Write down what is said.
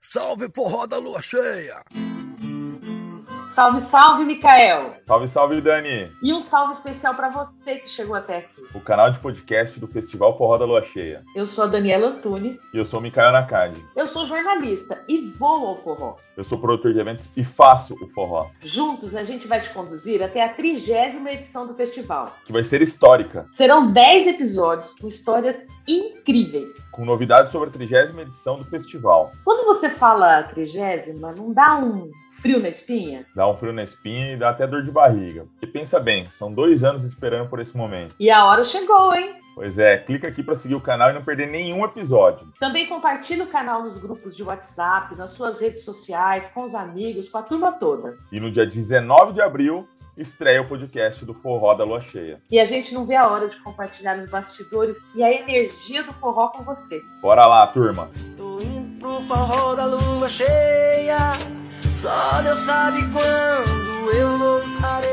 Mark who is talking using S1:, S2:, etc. S1: Salve forró da lua cheia!
S2: Salve, salve, Mikael!
S3: Salve, salve, Dani!
S2: E um salve especial para você que chegou até aqui.
S3: O canal de podcast do Festival Forró da Lua Cheia.
S2: Eu sou a Daniela Antunes.
S3: E eu sou o Mikael Nakadi.
S2: Eu sou jornalista e vou ao forró.
S3: Eu sou produtor de eventos e faço o forró,
S2: Juntos, a gente vai te conduzir até a trigésima edição do festival.
S3: que vai ser histórica,
S2: Serão 10 episódios com histórias incríveis.
S3: com novidades sobre a 30 edição do festival.
S2: Quando você fala trigésima, não dá um frio na espinha?
S3: Dá um frio na espinha e dá até dor de barriga. E pensa bem, são dois anos esperando por esse momento.
S2: E a hora chegou, hein?
S3: Pois é, clica aqui para seguir o canal e não perder nenhum episódio.
S2: Também compartilha o canal nos grupos de WhatsApp, nas suas redes sociais, com os amigos, com a turma toda.
S3: E no dia 19 de abril, estreia o podcast do Forró da Lua Cheia.
S2: E a gente não vê a hora de compartilhar os bastidores e a energia do forró com você.
S3: Bora lá, turma!
S4: Tô indo pro forró da lua cheia Só Deus sabe quando eu voltarei